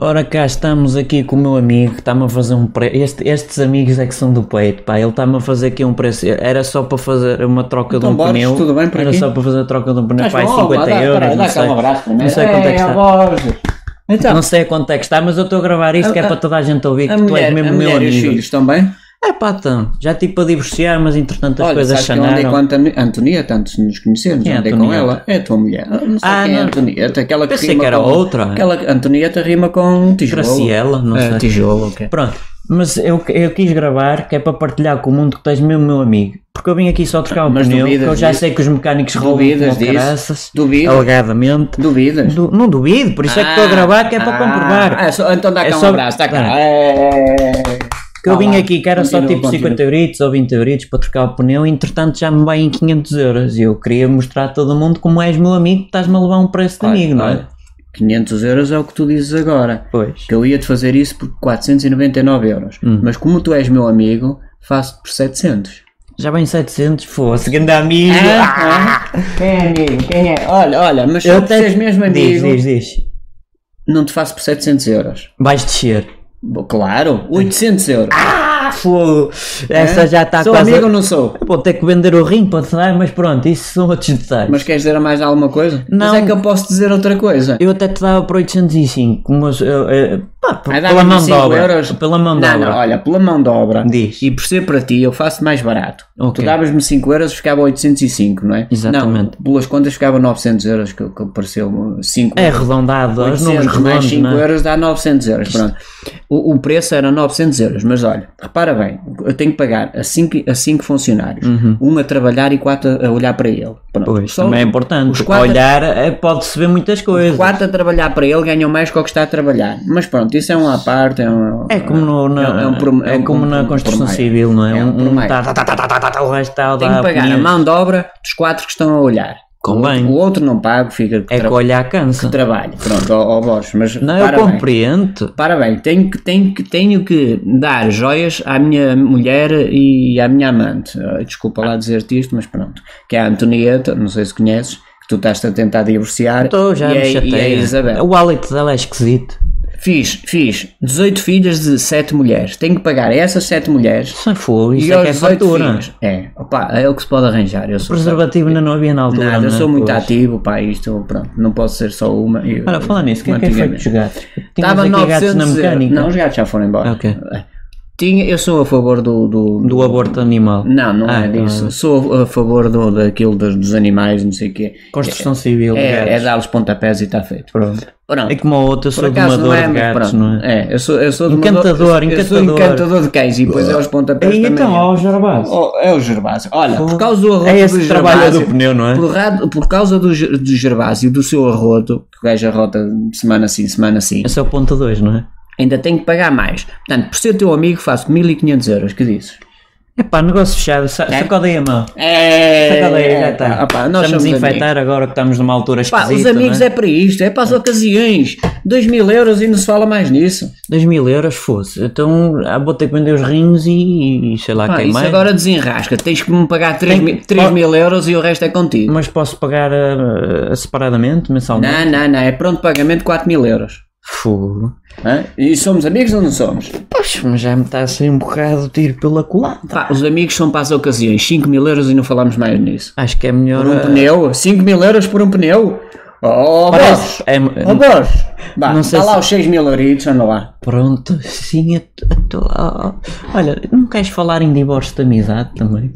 Ora, cá estamos aqui com o meu amigo que está-me a fazer um preço. Este, estes amigos é que são do peito, pá. Ele está-me a fazer aqui um preço. Era só para fazer uma troca Então, de um Borges, pneu. tudo bem por Era aqui? só para fazer a troca de um pneu, Mas pá, é bom, 50 dá- euros. peraí, não, dá cá sei. um abraço primeiro. não sei quanto é que Ei, está. Borges. Então, Não sei quanto é que está, mas eu estou a gravar isto A- que é a- para toda a gente ouvir a que tu és mulher, a mesmo meu mulher e os amigo. filhos também. É pá, então. Já tive para divorciar, mas entretanto as Olha, coisas sabes que eu andei com a chanaram. Antoni- Antonieta, antes de nos conhecermos, Quem é andei com Antonieta? ela. É a tua mulher. Ah, Não sei Ah, quem é não. Antonieta, aquela que Pensei rima que era com, outra. Aquela Antonieta rima com um tijolo. Graciela, não É, sei. tijolo, ok. Pronto, mas eu, eu quis gravar que é para partilhar com o mundo que tens mesmo meu amigo. Porque eu vim aqui só trocar o Mas pneu, que eu duvidas já disso? sei que os mecânicos roubam Duvidas como disso? caraças, Duvidas? alegadamente. Duvidas? Du- não duvido, por isso é que estou a gravar que é para Ah, comprovar. ah, é só- então dá É cá um só- abraço, dá cá. Tá. É. que eu vim Vá tá lá, aqui que era só continua, tipo continua. 50 euritos ou 20 euritos para trocar o pneu e entretanto já me vai em 500 euros e eu queria mostrar a todo mundo como és meu amigo estás-me a levar um preço de Olha, amigo, não é? olha, 500 euros é o que tu dizes agora. Pois. Que eu ia-te fazer isso por 499 euros. Hum. Mas como tu és meu amigo, faço-te por 700. Já vem 700, fosse grande amigo. Quem é amigo? Quem é? Olha, olha, mas se ah. Eu tu és até- mesmo Diz, amigo, diz, diz. não te faço por 700 euros. Vais descer. Bo- Claro, 800 euros. Ah, fogo! Essa Hã? já está É? Sou Tá quase. amigo ou não sou? Vou ter que vender o rim para te dar, mas pronto, isso são outros detalhes. Mas queres dizer mais alguma coisa? Não. Mas é que eu posso dizer outra coisa. Eu até te dava por 805, mas. eu- eu- pá, p- Vai dar pela mão de 25 obra. euros? Pela mão de Não, obra. não, olha, pela mão de obra. Diz. E por ser para ti, eu faço mais barato. Ok. Tu davas-me 5 euros, ficava 805, não é? Exatamente. Não, pelas contas ficava 900 euros, que, que pareceu 5 É arredondado, os números mais redondos, 5 não é? euros dá 900 euros. Pronto. O, o preço era 900 euros, mas olha, repara bem, eu tenho que pagar a 5 a cinco funcionários, um a trabalhar e quatro a- a olhar para ele. Pronto. Uhum. Pois, Só também é importante. os quatro- Olhar eh, pode-se ver muitas coisas. Quatro a trabalhar para ele ganham mais que o que está a trabalhar. Mas pronto, isso é uma parte. É, um, É como, no- na, é um prom- é é um- como um- na um construção promeio. civil, não é? É um promeio. tá, tá, tá, tá, tá, tá, tá, o resto está a Tenho dar que pagar a opiniões. mão de obra dos quatro que estão a olhar. Convém. O outro não pago, fica que É que tra- olhar cansa. trabalho. Pronto, ó, ó Borges, mas Não, para eu bem. compreendo. Para bem, tenho que, tenho, que, tenho que dar joias à minha mulher e à minha amante. Ah, Desculpa lá dizer-te isto, mas pronto. Que é a Antonieta, não sei se conheces, que tu estás a tentar divorciar. Estou já e me a, e a chateia. Isabel. O hálito dela é esquisito. Fiz, fiz 18 filhas de 7 mulheres. Tenho que pagar a essas 7 mulheres. Sem fogo, isso e é aos que é 18 fartura. filhos. É, opa, é o que se pode arranjar. Eu sou Preservativo ainda não havia na altura. Nada, eu não é? sou muito Pois. ativo, pá, isto, pronto, não posso ser só uma. Eu, Olha, falando nisso, o que é que é feito dos gatos? Tinhas Estava aqui 900 gatos na mecânica. Ah, Não, os gatos já foram embora. Ok. Tinha, eu sou a favor do... Do, Do aborto animal. Não, não Ah, é então disso. Sou a favor do, daquilo dos, dos animais, não sei o quê. Construção civil. de É, é gatos. dar-lhes pontapés e está feito. Pronto. Pronto. É como a outra, eu Por sou acaso não domador é, de mas gatos, pronto. não é? É, eu sou, eu sou Encantador, domador- eu sou encantador. encantador de cães e depois é os pontapés E também. então, eu. ao Jarbás. Oh, é o Gervásio. Olha, Fogo. por causa do arroto É esse do que trabalha do Gervásio- pneu, não é? Por, ra- por causa do, Ger- do Gervásio e do seu arroto, que o gajo arrota semana sim, semana sim, Esse é o ponto 2, não é? ainda tenho que pagar mais. Portanto, por ser teu amigo, faço 1500 euros. Que dizes? Epá, negócio fechado, sa- sacode aí a mão. Sacode aí, já É, está. Opa, nós Estamos a somos amigos. infectar agora que estamos numa altura Pá, esquisita. os amigos não é? para isto, é para as ocasiões. 2 mil euros e não se fala mais nisso. 2 mil euros fosse. Então ah, vou ter que vender os rins e, e sei lá Pá, quem isso mais. agora desenrasca. Tens que me pagar 3, Tem- mil, três Pá. mil euros e o resto é contigo. Mas posso pagar ah, separadamente, mensalmente? Não, não, não. É pronto pagamento 4 mil euros. Fogo. Hã? E somos amigos ou não somos? Poxa, mas já me está a sair um bocado de tiro pela colada. Pá, os amigos são para as ocasiões. 5 mil euros e não falamos mais nisso. Acho que é melhor. Por um ah, pneu? 5 mil euros por um pneu? Oh, parece- Borges! é- Oh, Borges! Vá, Não dá sei lá se- os 6 mil euritos, anda lá. Pronto, sim. eu tô- eu tô- ah, ah. Olha, não queres falar em divórcio de amizade também?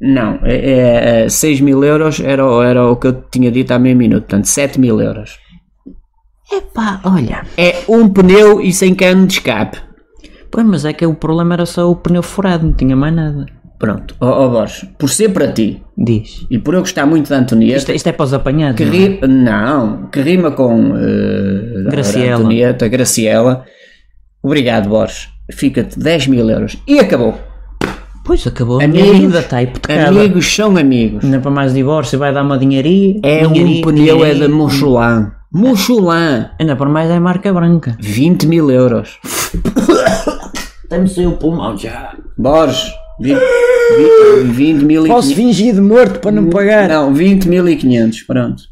Não, é, é, 6 mil euros era, o- era o que eu tinha dito há meio minuto, portanto 7 mil euros. Epá, olha. É um pneu e sem cano de escape. Pois, mas é que o problema era só o pneu furado, não tinha mais nada. Pronto, ó oh, Borges, por ser para ti Diz. e por eu gostar muito da Antonieta, Isto, isto é para os apanhados. que não é? ri- não, que rima com eh, Graciela. Antonieta, Graciela. Obrigado, Borges. Fica-te 10 mil euros. E acabou. Pois acabou. A minha Amigos, vida está tá hipotecada. amigos são amigos. Ainda para mais divórcio, vai dar uma dinheirinha. É um dinheirinha, pneu, é dinheirinha. da Mochulan. Mochulan, Ainda para mais é marca branca. 20 mil euros. Até me saiu o pulmão já. Borges, 20, mil e fingir de morto para não Não, 20 mil e 500, pronto.